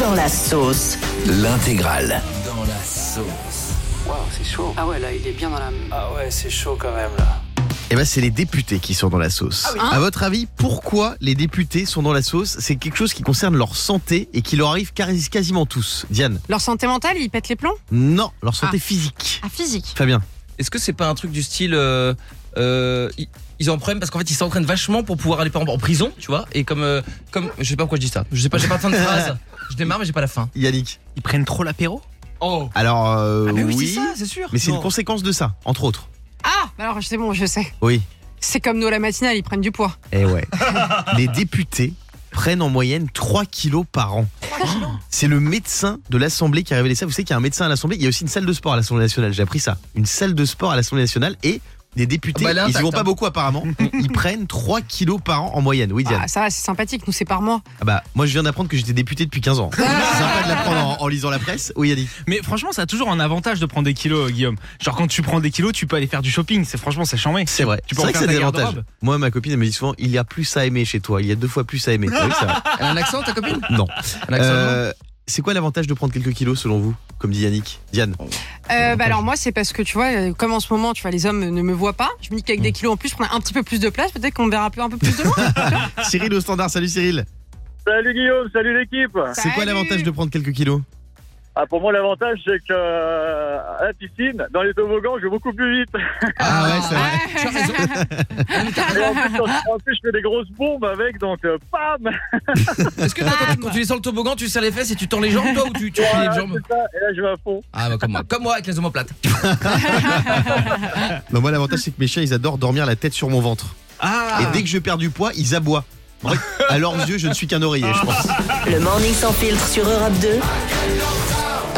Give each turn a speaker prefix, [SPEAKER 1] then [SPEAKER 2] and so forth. [SPEAKER 1] Dans la sauce.
[SPEAKER 2] L'intégrale. Dans la sauce.
[SPEAKER 3] Waouh, c'est chaud.
[SPEAKER 4] Ah ouais, là, il est bien dans la.
[SPEAKER 3] Ah ouais, c'est chaud quand même là.
[SPEAKER 5] Eh ben, c'est les députés qui sont dans la sauce.
[SPEAKER 6] Ah
[SPEAKER 4] oui.
[SPEAKER 5] à votre avis, pourquoi les députés sont dans la sauce C'est quelque chose qui concerne leur santé et qui leur arrive quasi- quasiment tous. Diane,
[SPEAKER 4] Leur santé mentale, ils pètent les plombs
[SPEAKER 5] non, leur santé physique.
[SPEAKER 4] Ah, physique.
[SPEAKER 5] Fabien,
[SPEAKER 6] Est-ce que c'est pas un truc du style euh, euh, ils, ils en prennent parce qu'en fait ils s'entraînent vachement pour pouvoir aller par exemple en prison, tu vois Et comme euh, comme je sais pas pourquoi je dis ça. Je sais pas, j'ai pas de fin de phrase. Je démarre mais j'ai pas la fin.
[SPEAKER 5] Yannick.
[SPEAKER 7] Ils prennent trop l'apéro
[SPEAKER 6] Oh.
[SPEAKER 5] Alors euh,
[SPEAKER 6] Ah mais oui,
[SPEAKER 5] oui,
[SPEAKER 6] c'est ça, c'est sûr.
[SPEAKER 5] mais c'est
[SPEAKER 6] Non.
[SPEAKER 5] une conséquence de ça, entre autres.
[SPEAKER 4] Ah, alors c'est bon, je sais.
[SPEAKER 5] Oui.
[SPEAKER 4] C'est comme nous la matinale, ils prennent du poids.
[SPEAKER 5] Et Eh ouais. les députés prennent en moyenne 3 kilos par an. C'est le médecin de l'Assemblée qui a révélé ça. Vous savez qu'il y a un médecin à l'Assemblée. Il y a aussi une salle de sport à l'Assemblée nationale. J'ai appris ça. Une salle de sport à l'Assemblée nationale et les députés,
[SPEAKER 6] Ah bah, elle est
[SPEAKER 5] ils y vont
[SPEAKER 6] intacte,
[SPEAKER 5] pas
[SPEAKER 6] hein.
[SPEAKER 5] beaucoup apparemment. Ils prennent 3 kilos par an en moyenne. Oui, Diane.
[SPEAKER 4] Ah, ça va, c'est sympathique, nous c'est par mois.
[SPEAKER 5] Ah bah, moi je viens d'apprendre que j'étais député depuis 15 ans. C'est sympa de l'apprendre en, en lisant la presse. Oui, Yannick.
[SPEAKER 7] Mais franchement, ça a toujours un avantage de prendre des kilos, euh, Guillaume. Genre, quand tu prends des kilos, tu peux aller faire du shopping. C'est franchement, c'est chambé.
[SPEAKER 5] C'est vrai.
[SPEAKER 7] Tu
[SPEAKER 5] C'est
[SPEAKER 7] peux en
[SPEAKER 5] vrai que
[SPEAKER 7] faire
[SPEAKER 5] c'est
[SPEAKER 7] ta
[SPEAKER 5] des avantages.
[SPEAKER 7] garde-robe.
[SPEAKER 5] Moi, ma copine, elle me dit souvent il y a plus à aimer chez toi. Il y a deux fois plus à aimer. Ah oui, c'est vrai.
[SPEAKER 6] Elle a un accent ta copine
[SPEAKER 5] Non.
[SPEAKER 6] Un accent allemand
[SPEAKER 5] Euh, c'est quoi l'avantage de prendre quelques kilos selon vous Comme dit Yannick. Diane.
[SPEAKER 4] Euh, bah alors moi c'est parce que tu vois, euh, comme en ce moment, tu vois, les hommes ne me voient pas. Je me dis
[SPEAKER 5] Mm.
[SPEAKER 4] qu'avec des kilos en plus, je prends un petit peu plus de place, peut-être qu'on me verra plus- un peu plus de loin.
[SPEAKER 5] Cyril au standard, salut Cyril.
[SPEAKER 8] Salut Guillaume, salut l'équipe.
[SPEAKER 5] C'est quoi
[SPEAKER 4] Salut.
[SPEAKER 5] l'avantage de prendre quelques kilos
[SPEAKER 8] Ah, pour moi, l'avantage, c'est que euh, à la piscine, dans les toboggans, je vais beaucoup plus vite.
[SPEAKER 5] Ah ouais, c'est vrai.
[SPEAKER 6] Tu as raison.
[SPEAKER 8] Et en plus, en- en plus, je fais des grosses bombes avec, donc euh, bam
[SPEAKER 6] Est-ce que toi, quand, tu- quand tu descends le toboggan, tu serres les fesses et tu tends les jambes toi ou tu, tu plies les jambes
[SPEAKER 8] C'est ça, et là, je vais à fond.
[SPEAKER 6] Ah bah, comme moi, comme moi avec les omoplates.
[SPEAKER 5] Non, Bah, moi l'avantage c'est que mes chiens ils adorent dormir la tête sur mon ventre.
[SPEAKER 7] Ah
[SPEAKER 5] Et dès que je perds du poids, ils aboient. En fait, à leurs yeux, je ne suis qu'un oreiller, je pense.
[SPEAKER 1] Le morning sans filtre sur Europe 2.